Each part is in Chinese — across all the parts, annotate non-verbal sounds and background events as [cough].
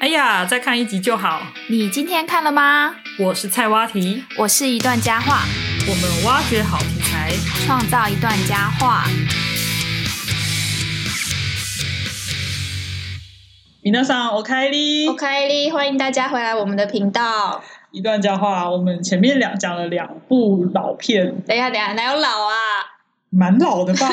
哎呀，再看一集就好。你今天看了吗？我是菜蛙题，我是一段佳话，我们挖掘好题材。创造一段佳话。皆さんおかえり。 OK 哩，欢迎大家回来我们的频道。一段佳话，我们前面两讲了两部老片，等一下，等一下，哪有老啊？蛮老 [laughs] 的吧？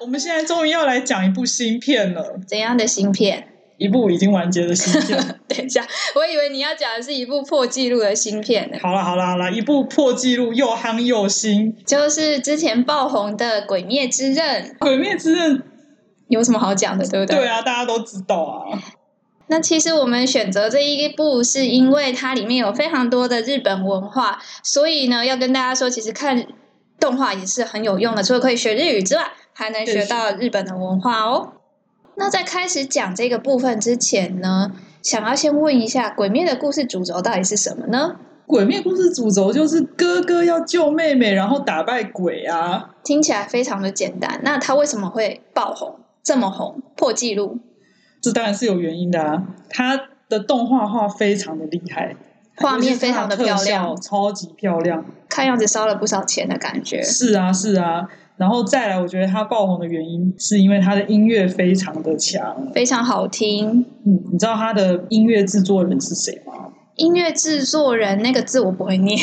我们现在终于要来讲一部新片了，怎样的芯片？ [laughs] 一部已经完结的新 [laughs] 片。等一下，我以为你要讲的是一部破纪录的芯片呢，好啦好啦好啦，一部破纪录又夯又新，《就是之前爆红的《鬼灭之刃》，鬼灭之刃》有什么好讲的，对不对？对啊，大家都知道啊。那其实我们选择这一部，是因为它里面有非常多的日本文化，所以呢，要跟大家说，其实看动画也是很有用的，除了可以学日语之外，还能学到日本的文化哦。那在开始讲这个部分之前呢，想要先问一下，《鬼灭》的故事主轴到底是什么呢？鬼灭故事主轴就是哥哥要救妹妹，然后打败鬼啊。听起来非常的简单，那它为什么会爆红这么红，破纪录？这当然是有原因的啊。他的动画画非常的厉害，画面非常的漂亮尤其是它的特效超级漂亮。看样子烧了不少钱的感觉。是啊，是啊。然后再来，我觉得他爆红的原因是因为他的音乐非常的强。非常好听，嗯，你知道他的音乐制作人是谁吗？音乐制作人那个字我不会念，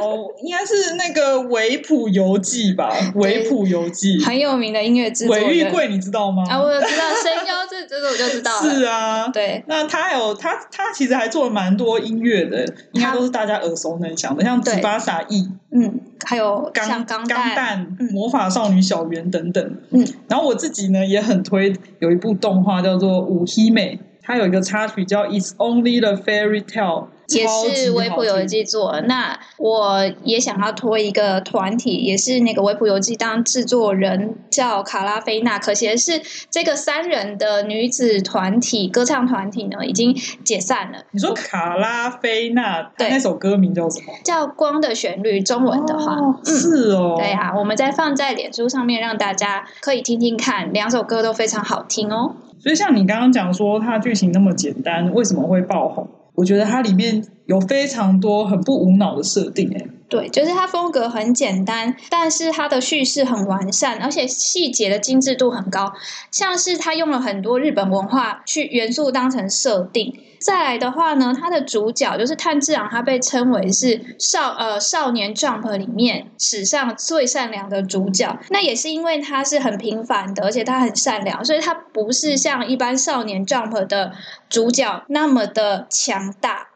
哦，应该是那个维普游记吧，维普游记，很有名的音乐制作韦玉人贵，你知道吗？啊，我有知道声优这这个我就知道了。是啊，对，那他还有他他其实还做了蛮多音乐的，应该都是大家耳熟能详的，像 E《对紫巴撒翼》、嗯，还有钢像钢钢弹、嗯魔法少女小圆等等。嗯，然后我自己呢也很推有一部动画叫做《五黑美》，它有一个插曲叫《It's Only the Fairy Tale》，也超级是好微普游听。记做。那我也想要推一个团体，也是那个微普游记当制作人叫卡拉菲娜，可惜的是这个三人的女子团体歌唱团体呢已经解散了，你说卡拉菲娜，她对那首歌名叫什么？叫《光的旋律》中文的话，哦嗯。是哦，对啊，我们再放在脸书上面，让大家可以听听看，两首歌都非常好听哦。所以像你刚刚讲说它剧情那么简单，为什么会爆红？我觉得它里面有非常多很不无脑的设定、欸，对，就是它风格很简单，但是它的叙事很完善，而且细节的精致度很高。像是它用了很多日本文化去元素当成设定。再来的话呢，它的主角就是炭治郎，他被称为是少呃少年 Jump 里面史上最善良的主角。那也是因为他是很平凡的，而且他很善良，所以他不是像一般少年 Jump 的主角那么的强大。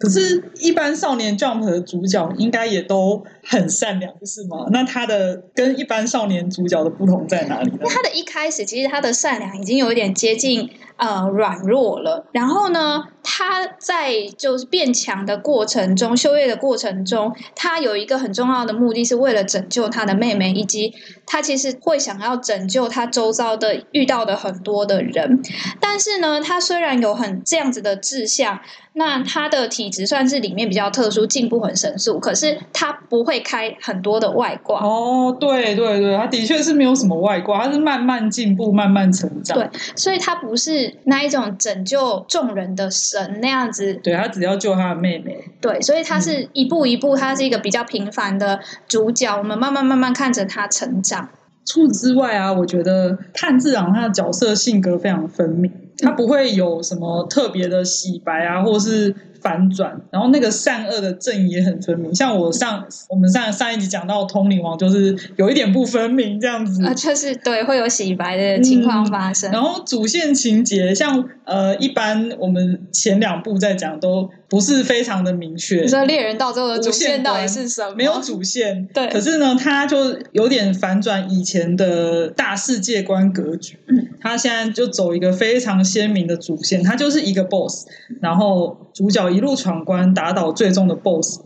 可是，一般少年 Jump 的主角应该也都很善良，不是吗？那他的跟一般少年主角的不同在哪里呢因为？他的一开始，其实他的善良已经有一点接近呃软弱了。然后呢，他在就是变强的过程中，修炼的过程中，他有一个很重要的目的，是为了拯救他的妹妹，以及他其实会想要拯救他周遭的遇到的很多的人。但是呢，他虽然有很这样子的志向，那他的体质算是里面比较特殊，进步很神速，可是他不会开很多的外挂。 [laughs] 哦，对对对，他的确是没有什么外挂，他是慢慢进步、慢慢成长。对所以他不是那一种拯救众人的神那样子，对，他只要救他的妹妹。对，所以他是一步一步，他是一个比较平凡的主角，我们慢慢慢慢看着他成长。除此之外啊，我觉得炭治郎他的角色性格非常分明，他嗯不会有什么特别的洗白啊，或是反转。然后那个善恶的正也很分明，像我上我们上上一集讲到通灵王，就是有一点不分明这样子。啊，就是对，会有洗白的情况发生。然后主线情节，像呃，一般我们前两部在讲都不是非常的明确你，说猎人到最后的主无限线到底观是什么？没有主线。对可是呢，他就有点反转以前的大世界观格局，嗯他现在就走一个非常鲜明的主线，他就是一个 BOSS，然嗯后主角一路闯关，打倒最终的 BOSS。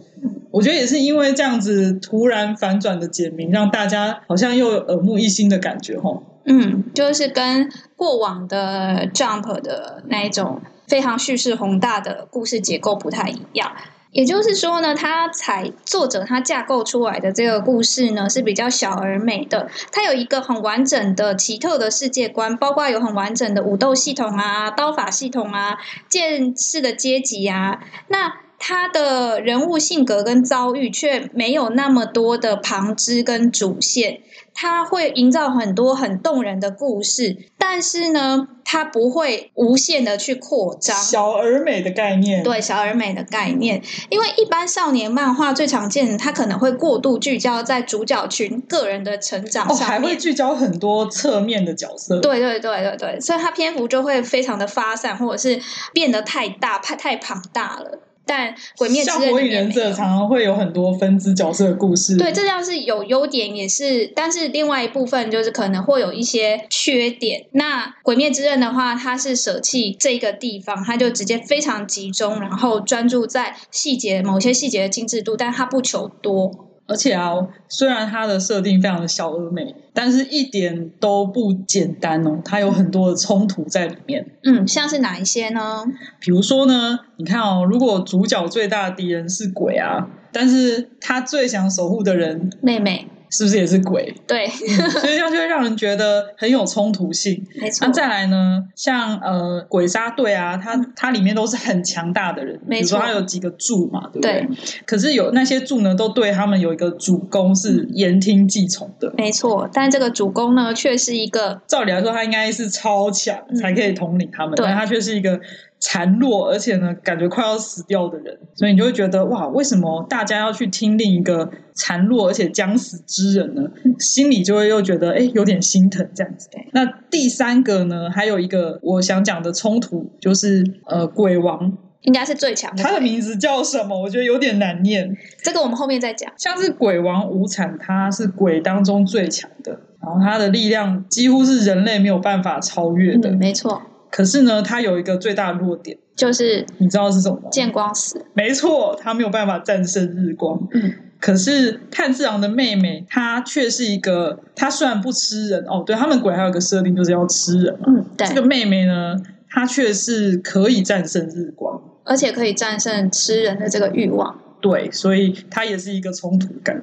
我嗯觉得也是因为这样子突然反转的解明，让大家好像又有耳目一新的感觉吼。嗯，就是跟过往的 Jump 的那一种非常叙事宏大的故事结构不太一样。也就是说呢，它采作者他架构出来的这个故事呢是比较小而美的，它有一个很完整的奇特的世界观，包括有很完整的武斗系统啊、刀法系统啊、剑士的阶级啊，那。他的人物性格跟遭遇却没有那么多的旁枝跟主线，他会营造很多很动人的故事，但是呢，他不会无限的去扩张。小而美的概念，对小而美的概念，因为一般少年漫画最常见的，它可能会过度聚焦在主角群个人的成长哦，还上会面。聚焦很多侧面的角色，对对对对对，所以它篇幅就会非常的发散，或者是变得太大、太太庞大了。但《鬼灭之像刃》 《火里影面忍没者》有常常会有很多分支角色的故事，对，这样是有优点，也是，但是另外一部分就是可能会有一些缺点。那《鬼灭之刃》的话，它是舍弃这个地方，它就直接非常集中，然后专注在细节某些细节的精致度，但它不求多。而且啊，虽然它的设定非常的小而美，但是一点都不简单哦，它有很多的冲突在里面。嗯，像是哪一些呢？比如说呢，你看哦，如果主角最大的敌人是鬼啊，但是他最想守护的人妹妹，是不是也是鬼？ [laughs] 对，所以这样就会让人觉得很有冲突性。没错那，再来呢，像呃鬼杀队啊，它它里面都是很强大的人，嗯没比如说错它有几个柱嘛，对不对？可是有那些柱呢，都对他们有一个主攻是言听计从的。没错。但这个主攻呢，却是一个照理来说，他应该是超强嗯才可以统领他们，对但他却是一个孱弱，而且呢，感觉快要死掉的人，所以你就会觉得哇，为什么大家要去听另一个孱弱而且将死之人呢？心里就会又觉得哎，有点心疼这样子嗯对。那第三个呢，还有一个我想讲的冲突就是呃，鬼王应该是最强他的。的名字叫什么？我觉得有点难念。这个我们后面再讲。像是鬼王无惨，他是鬼当中最强的，然后他的力量几乎是人类没有办法超越的。嗯，没错，可是呢，他有一个最大的弱点，就是你知道是什么吗？见光死。没错，他没有办法战胜日光。嗯，可是炭治郎的妹妹，她却是一个，她虽然不吃人哦，对他们鬼还有个设定就是要吃人嘛。嗯，对。这个妹妹呢，她却是可以战胜日光，而且可以战胜吃人的这个欲望。对，所以她也是一个冲突感。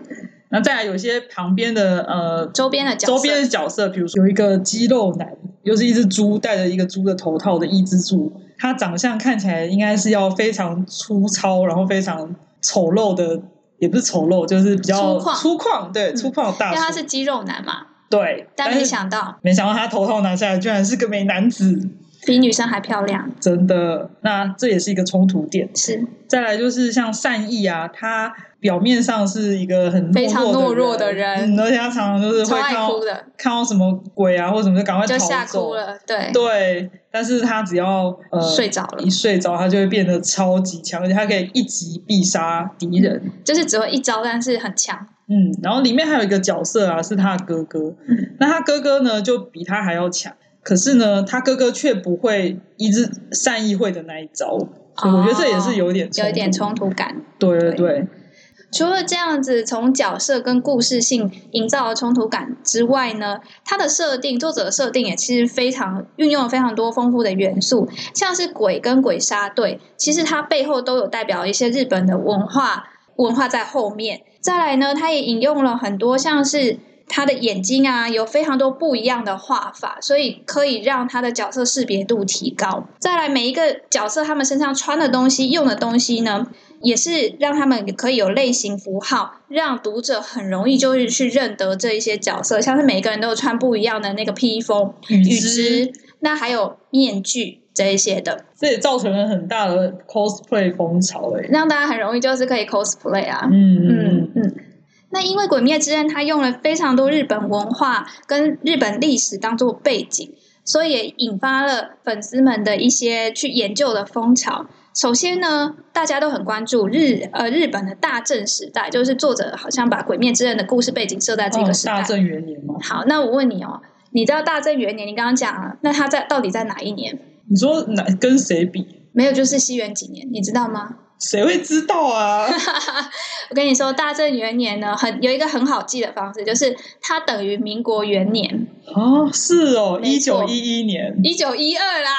那再来有些旁边的呃周边的角色，周边的角色，比如说有一个肌肉男，又是一只猪，戴着一个猪的头套的一只猪，他长相看起来应该是要非常粗糙，然后非常丑陋的，也不是丑陋，就是比较粗犷粗犷，对，嗯粗犷的因大为叔，他是肌肉男嘛，对，但是没想到没想到他头套拿下来，居然是个美男子，比女生还漂亮，真的，那这也是一个冲突点。是再来就是像善意啊，他表面上是一个很非常懦弱的的人，人嗯，而且他常常就是超会看爱到哭的，看到什么鬼啊或者什么就赶快逃就走，吓哭了，对，对，但是他只要呃睡着了一，睡着他就会变得超级强，而且他可以一击必杀敌人。就是只会一招，但是很强，嗯，然后里面还有一个角色啊，是他的哥哥。嗯那他哥哥呢，就比他还要强。可是呢，他哥哥却不会一直善意会的那一招，所以我觉得这也是有点哦有一点冲冲突感。突。对对对，除了这样子从角色跟故事性营造的冲突感之外呢，它的设定，作者的设定也其实非常运用了非常多丰富的元素，像是鬼跟鬼杀队，其实它背后都有代表一些日本的文化文化在后面。再来呢，它也引用了很多像是。他的眼睛啊，有非常多不一样的画法，所以可以让他的角色识别度提高。再来，每一个角色他们身上穿的东西、用的东西呢，也是让他们可以有类型符号，让读者很容易就是去认得这一些角色，像是每一个人都有穿不一样的那个披风、与羽织，那还有面具这一些的，这也造成了很大的 cosplay 风潮诶、欸。让大家很容易就是可以 cosplay 啊。嗯嗯，嗯，那因为《鬼灭之刃》它用了非常多日本文化跟日本历史当做背景，所以也引发了粉丝们的一些去研究的风潮。首先呢，大家都很关注日呃日本的大正时代，就是作者好像把《鬼灭之刃》的故事背景设在这哦个时代。大正元年嘛，好，那我问你哦，你知道大正元年？你刚刚讲了，那它在到底在哪一年？你说哪跟谁比？没有，就是西元几年，你知道吗？谁会知道啊？我跟你说，大正元年呢，很有一个很好记的方式，就是它等于民国元年，哦，是哦，一没九错一一年，一九一二啦。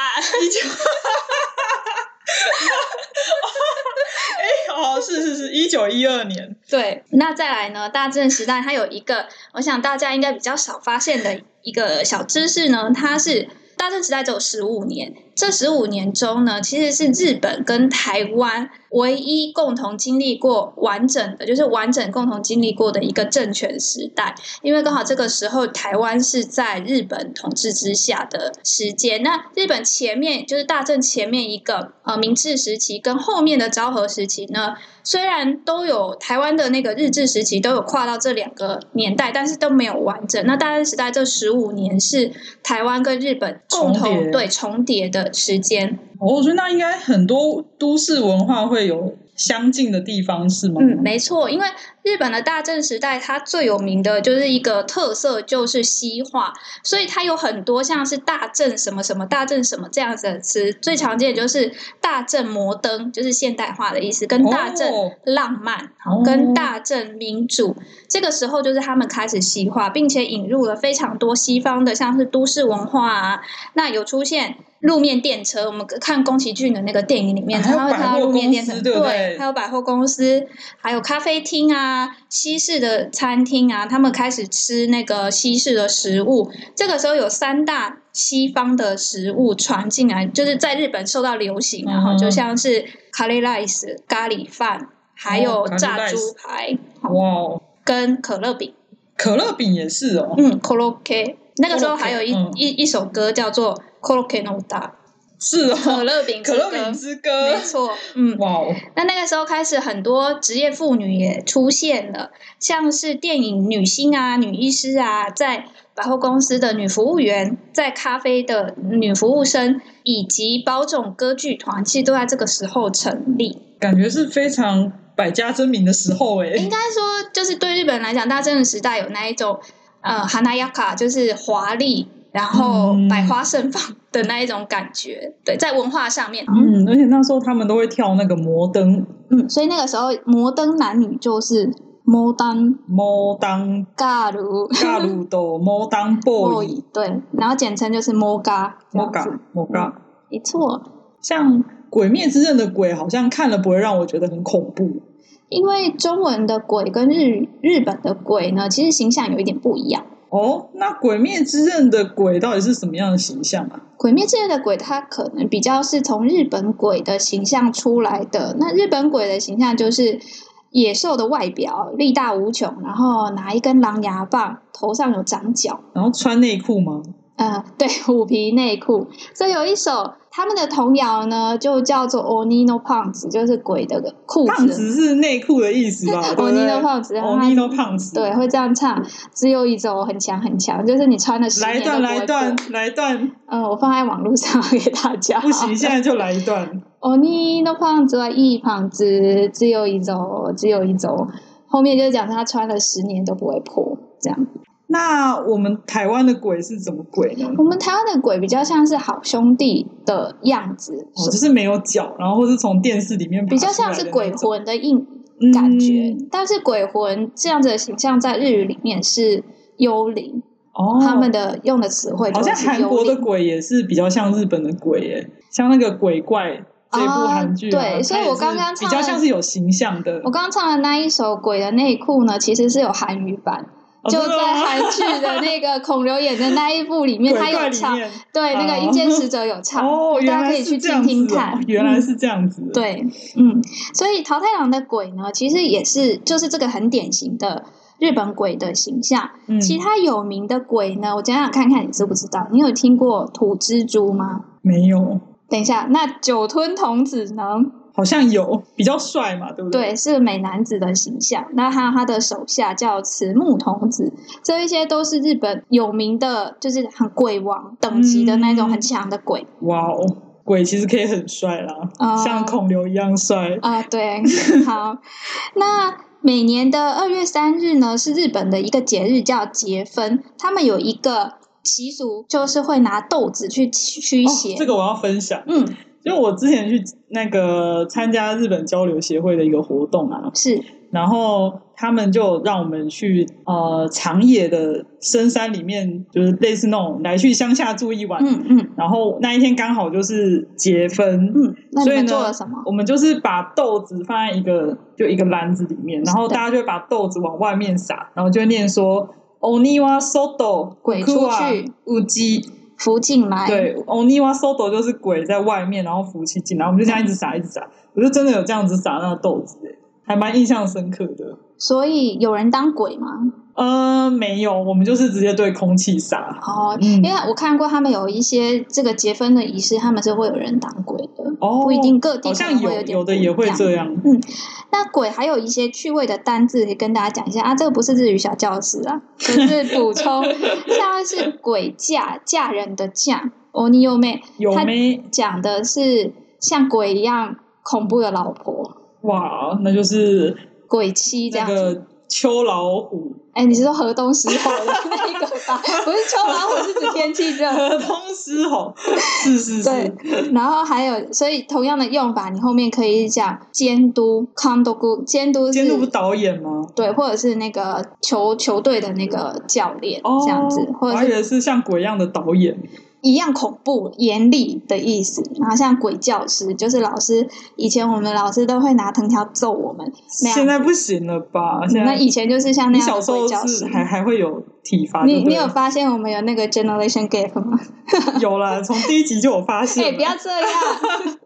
哦，是一九一二年， [laughs] 对，那再来呢？大正时代它有一个，我想大家应该比较少发现的一个小知识呢，它是大正时代只有十五年。这十五年中呢，其实是日本跟台湾唯一共同经历过完整的，就是完整共同经历过的一个政权时代。因为刚好这个时候台湾是在日本统治之下的时间。那日本前面就是大正前面一个呃明治时期跟后面的昭和时期呢，虽然都有台湾的那个日治时期都有跨到这两个年代，但是都没有完整。那大正时代这十五年是台湾跟日本共重同叠对重叠的时间。哦，所以那应该很多都市文化会有相近的地方，是吗？嗯，没错，因为日本的大正时代，它最有名的就是一个特色就是西化，所以它有很多像是大正什么什么、大正什么这样子的词，最常见的就是大正摩登，就是现代化的意思，跟大正哦浪漫，哦跟大正民主。这个时候就是他们开始西化，并且引入了非常多西方的，像是都市文化啊，那有出现。路面电车，我们看宫崎骏的那个电影里面，还有他会看百到货路面公电司车，对不对还有百货公司，还有咖啡厅啊，西式的餐厅啊，他们开始吃那个西式的食物。这个时候有三大西方的食物传进来，就是在日本受到流行，然后嗯就像是咖喱 rice 咖喱饭，还有哦炸猪排哇哦，跟可乐饼，可乐饼也是哦，嗯 c o l o k 那个时候还有一 Koroke，嗯一一首歌叫做 c o l o k no da 是 [laughs] 可哦，乐饼之可歌，乐饼之歌没，错，嗯，哇哦，那那个时候开始，很多职业妇女也出现了，像是电影女星啊、女医师啊，在百货公司的女服务员，在咖啡的女服务生，以及包种歌剧团，其实都在这个时候成立。感觉是非常百家争鸣的时候哎、应该说，就是对日本人来讲，大正的时代有那一种呃哈娜亚卡，就是华丽，然后嗯百花盛放的那一种感觉。对，在文化上面，嗯，而且那时候他们都会跳那个摩登嗯，所以那个时候摩登男女就是摩登摩登尬鲁。嘎鲁斗摩登 boy 对，然后简称就是 Moga，摩嘎这样子摩嘎，没错。像《鬼灭之刃》的鬼，好像看了不会让我觉得很恐怖。因为中文的鬼跟日日本的鬼呢，其实形象有一点不一样。哦，那《鬼灭之刃》的鬼到底是什么样的形象啊？ 《鬼灭之刃》的鬼，它可能比较是从日本鬼的形象出来的。那日本鬼的形象就是野兽的外表，力大无穷，然后拿一根狼牙棒，头上有长角，然后穿内裤吗？呃，对，虎皮内裤。所以有一首他们的童谣呢，就叫做《Onino 胖子》，就是鬼的裤胖子子是内裤的意思吧？ [laughs] 对不欧对哦尼诺胖子，欧尼诺胖子，对，会这样唱，只有一种很强很强，就是你穿了十来一年都段，不来会一段过，来一段，嗯，我放在网络上 [laughs] 给大家。不 [laughs] 行，现在就来一段。欧尼诺胖子啊，一胖子，只有一种，只有一种。后面就是讲他穿了十年都不会破，这样。那我们台湾的鬼是怎么鬼呢？哦我们台湾的鬼比较像是好兄弟的样子，哦，就是没有脚，然后或是从电视里面比较像是鬼魂的印感嗯觉。但是鬼魂这样子的形象在日语里面是幽灵，哦，他们的用的词汇就好是像韩幽国的灵。鬼也是比较像日本的鬼耶，像那个《鬼怪》这部韩剧啊、啊对所以它也我刚是刚比唱较的像是有形象的我，刚刚唱的那一首《鬼的内裤》呢，其实是有韩语版，哦就真的在吗韩剧的那个孔刘演的那一部里面， [laughs] 鬼他怪有里唱，面对，那个《阴间使者》有 [laughs] 唱，哦，原大家可来以去是这听样听子哦看，。 [laughs] 原来嗯是这样子，，哦对，嗯，所以桃太郎的鬼呢，其实也是就是这个很典型的日本鬼的形象。嗯，其他有名的鬼呢，我讲讲看看你知不知道？你有听过土蜘蛛吗？没有，等一下，那酒吞童子呢？好像有比较帅嘛，对不对？对，是美男子的形象。那还有他的手下叫慈木童子，这一些都是日本有名的，就是很鬼王等级的那种嗯很强的鬼哇哦，鬼其实可以很帅啦，哦像孔刘一样 [laughs] 帅。啊、对，好，那。每年的二月三日呢，是日本的一个节日，叫节分。他们有一个习俗，就是会拿豆子去驱驱哦邪。这个我要分享，嗯，就我之前去那个参加日本交流协会的一个活动啊，是然后他们就让我们去呃长野的深山里面，就是类似那种来去乡下住一晚。嗯嗯然后那一天刚好就是结分，嗯，那你所以们呢做了什么？我们就是把豆子放在一个就一个篮子里面，然后是的大家就会把豆子往外面撒，然后就会念说 “oniwa soto”，鬼出去，哎乌鸡。浮进来，对，oniwa soto 就是鬼在外面，然后福气进来，我们就这样一直撒，一直撒。我就真的有这样子撒那个豆子、欸，还蛮印象深刻的。所以有人当鬼吗？呃，没有，我们就是直接对空气撒。哦，嗯因为我看过他们有一些这个结婚的仪式，他们是会有人当鬼的，哦不一定各地好可像能会有点有的也不一会样嗯这样，那鬼还有一些趣味的单字可以跟大家讲一下啊，这个不是日语小教室啊，只是 [laughs] 补充，像是鬼嫁嫁人的嫁，哦，你有没有他没？讲的是像鬼一样恐怖的老婆，哇，那就是鬼妻这那样子。个秋老虎，哎、你是说河东狮吼的那一个 [laughs] 吧？不是秋老虎，是指天气热。河东狮呃吼， [laughs] 是是对是，，然后还有，所以同样的用法，你后面可以讲监督 c o n d o 监督是监督不导演吗？对，或者是那个球球队的那个教练、哦，这样子，我或还者以是为是像鬼一样的导演，一样恐怖、严厉的意思。然后像鬼教师，就是老师以前我们老师都会拿藤条揍我们那样子。现在不行了吧？现嗯那在以前就是像你那样小的时鬼候教是师。还还会有体罚，你对不你对有发现我们有那个 generation gap 吗？有啦，从第一集就有发 [laughs] 哎、现了。不要这 [laughs] 样，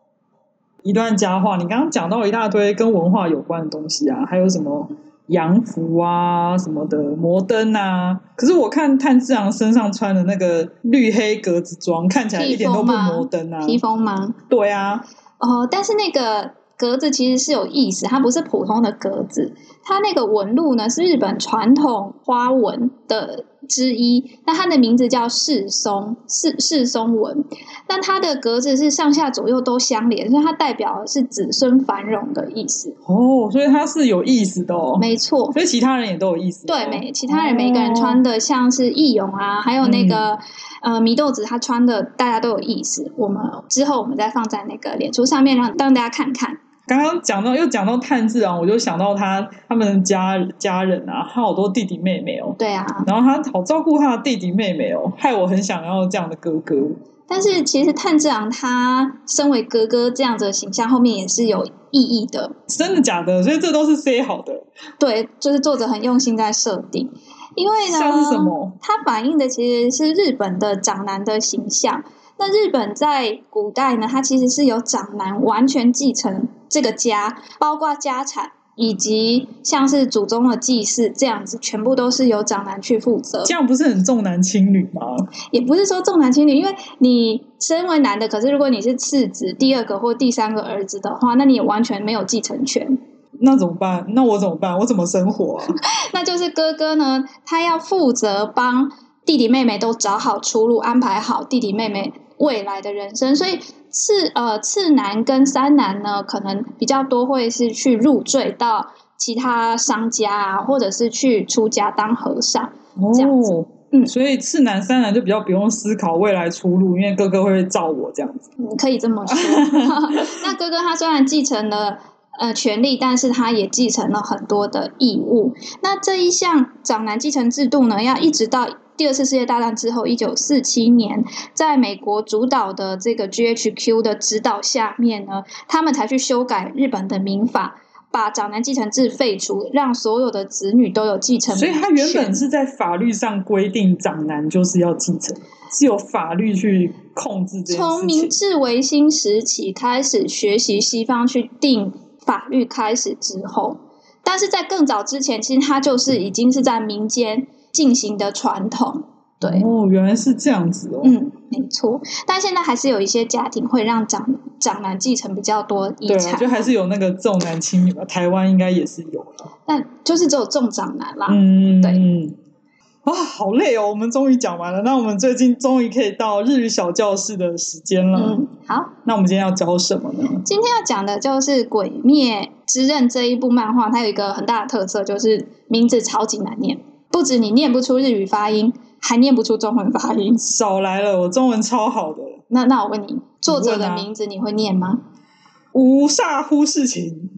一段佳话，你刚刚讲到一大堆跟文化有关的东西啊，还有什么洋服啊、什么的摩登啊。可是我看炭治郎身上穿的那个绿黑格子装，看起来一点都不摩登啊。披风吗？对啊，哦，但是那个格子其实是有意思，它不是普通的格子，它那个纹路呢是日本传统花纹的之一，那它的名字叫世松，世世松纹。那它的格子是上下左右都相连，所以它代表的是子孙繁荣的意思。哦，所以他是有意思的哦。没错，所以其他人也都有意思、哦。对，每其他人每个人穿的像是义勇啊，还有那个、呃祢豆子他穿的，大家都有意思。我们之后我们再放在那个脸书上面让让大家看看。刚刚讲到又讲到炭治郎，我就想到他他们家家人啊，他好多弟弟妹妹哦。对啊，然后他好照顾他的弟弟妹妹哦，害我很想要这样的哥哥。但是其实炭治郎他身为哥哥这样子的形象，后面也是有意义的。真的假的？所以这都是 C 好的，对，就是作者很用心在设定，因为呢，像是什么？它反映的其实是日本的长男的形象。那日本在古代呢，它其实是由长男完全继承这个家，包括家产以及像是祖宗的祭祀这样子，全部都是由长男去负责。这样不是很重男轻女吗？也不是说重男轻女，因为你身为男的，可是如果你是次子、第二个或第三个儿子的话，那你也完全没有继承权。那怎么办？那我怎么办？我怎么生活啊？那就是哥哥呢，他要负责帮弟弟妹妹都找好出路，安排好弟弟妹妹未来的人生。所以次呃次男跟三男呢，可能比较多会是去入赘到其他商家啊，或者是去出家当和尚。 [laughs] 这样子哦，嗯所以次男三男就比较不用思考未来出路，因为哥哥会照我这样子。嗯，可以这 [laughs] 么说。 [laughs] 那哥哥他虽然继承了呃权利，但是他也继承了很多的义务。那这一项长男继承制度呢，要一直到第二次世界大战之后，一九四七年，在美国主导的这个 GHQ 的指导下面呢，他们才去修改日本的民法。把长男继承制废除，让所有的子女都有继承所以他原权本是在法律上规定长男就是要继承，是由法律去控制这件从事明情。治维新时期开始学习西方去定法律开始之后，但是在更早之前，其实它就是已经是在民间进行的传统。对，哦，原来是这样子哦。嗯，没错。但现在还是有一些家庭会让长长男继承比较多遗对啊，产，就还是有那个重男轻女吧，台湾应该也是有的。但就是只有重长男啦。嗯，对嗯。啊，好累哦！我们终于讲完了，那我们最近终于可以到日语小教室的时间了。嗯，好，那我们今天要教什么呢？今天要讲的就是《鬼灭之刃》这一部漫画，它有一个很大的特色，就是名字超级难念，不止你念不出日语发音，还念不出中文发音。少来了，我中文超好的。那那我问你，作者你问的啊名字你会念吗？无煞乎事情，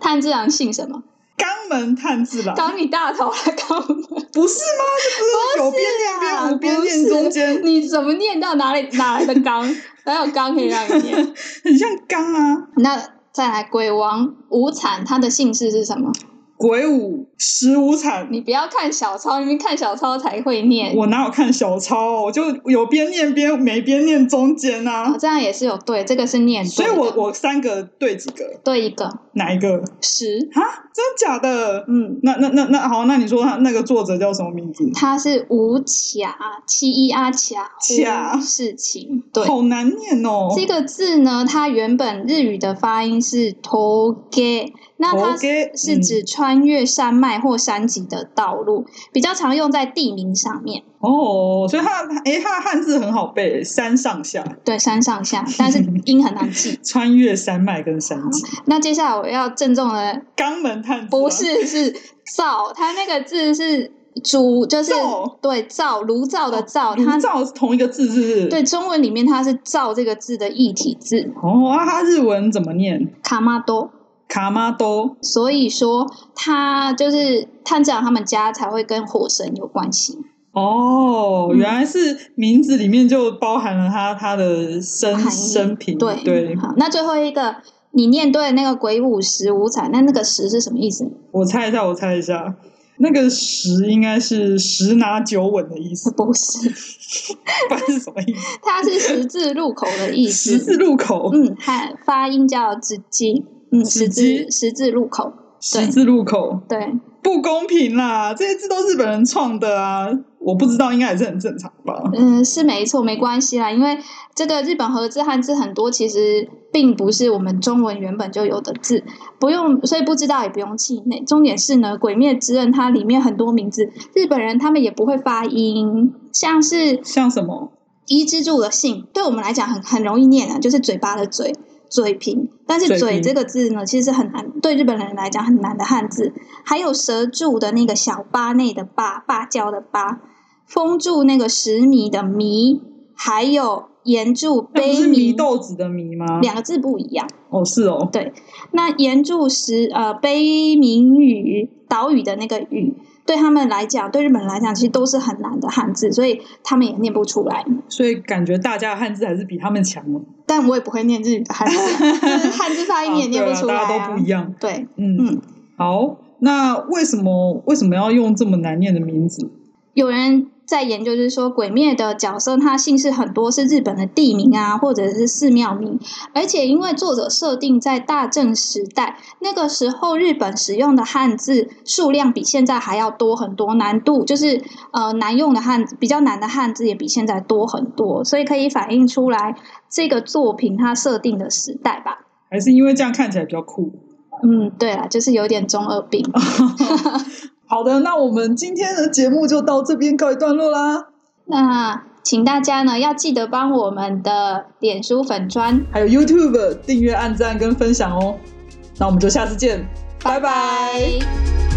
炭治郎姓什么？肛门探字郎，搞你大头了，搞我不是吗？这不是有边念啊边无边念中 [laughs] 间，你怎么念到哪里哪来的刚？哪有刚可以让你念？很像肛啊。那再来，鬼王无惨，他的姓氏是什么？鬼舞十五惨，你不要看小抄，因为看小抄才会念。我哪有看小抄、哦？我就有边念边没边念中间哦啊。这样也是有对，这个是念对所以的我我三个对几个？对一个哪一个？十，哈，真假的？嗯，那那那那好，那你说他那个作者叫什么名字？他是无卡七一阿卡卡呼事情，对。好难念哦。这个字呢，它原本日语的发音是 toge，那它 toge，是嗯是指穿越山脉或山脊的道路，比较常用在地名上面，哦，所以他诶，他的汉字很好背，山上下对山上下，[laughs] 但是音很难记。穿越山脉跟山脊，那接下来我要郑 [laughs] 重的，肛门探子哦不郎是是造，它那个字是主，就是造对造炉灶的灶，哦炉它灶是同一个字，是不是？哦对中文里面它是造这个字的异体字哦，啊，它日文怎么念？卡玛多。卡玛多所以说，他就是探长他们家才会跟火神有关系，哦，嗯原来是名字里面就包含了它它的生含义生平，对对，好，那最后一个，你念对那个鬼舞十五彩，那那个十是什么意思？，我猜一下，我猜一下，那个十应该是十拿九稳的意思不是， [laughs] 不然是什么意思？它是十字路口的意思。十字路口，嗯，它发音叫直击，嗯，直十击字十字路口，十字路口，对，不公平啦！这些字都日本人创的啊，我不知道，应该也是很正常吧？嗯，是没错，没关系啦，因为这个日本和字汉字很多，其实并不是我们中文原本就有的字，不用，所以不知道也不用气馁。重点是呢，《鬼灭之刃》它里面很多名字，日本人他们也不会发音，像是像什么？伊之助的姓，对我们来讲很很容易念啊，就是嘴巴的嘴。嘴平，但是嘴嘴平这个字呢，其实是很难，对日本人来讲很难的汉字。还有蛇柱的那个小巴内的巴，芭蕉的芭，风柱那个十米的米，还有岩柱那不杯是米米，豆啊子的米吗？两个字不一样。哦，是哦，那岩柱石呃悲鸣语岛屿的那个屿，对他们来讲，对日本人来讲，其实都是很难的汉字，所以他们也念不出来。所以感觉大家的汉字还是比他们强哦。但我也不会念日语 [laughs] 的汉字，就是汉字发音也念不出来、啊对啊大家都不一样。对，嗯，嗯，好，那为什么为什么要用这么难念的名字？有人在研究，就是说《鬼灭》的角色，他姓氏很多是日本的地名啊，或者是寺庙名，而且因为作者设定在大正时代，那个时候日本使用的汉字数量比现在还要多很多，难度就是呃难用的汉字比较难的汉字也比现在多很多，所以可以反映出来这个作品它设定的时代吧。还是因为这样看起来比较酷？嗯，对了，就是有点中二病。 [laughs] 好的，那我们今天的节目就到这边告一段落啦。那请大家呢要记得帮我们的脸书粉砖，还有 YouTube 订阅、按赞跟分享哦。那我们就下次见，拜拜拜拜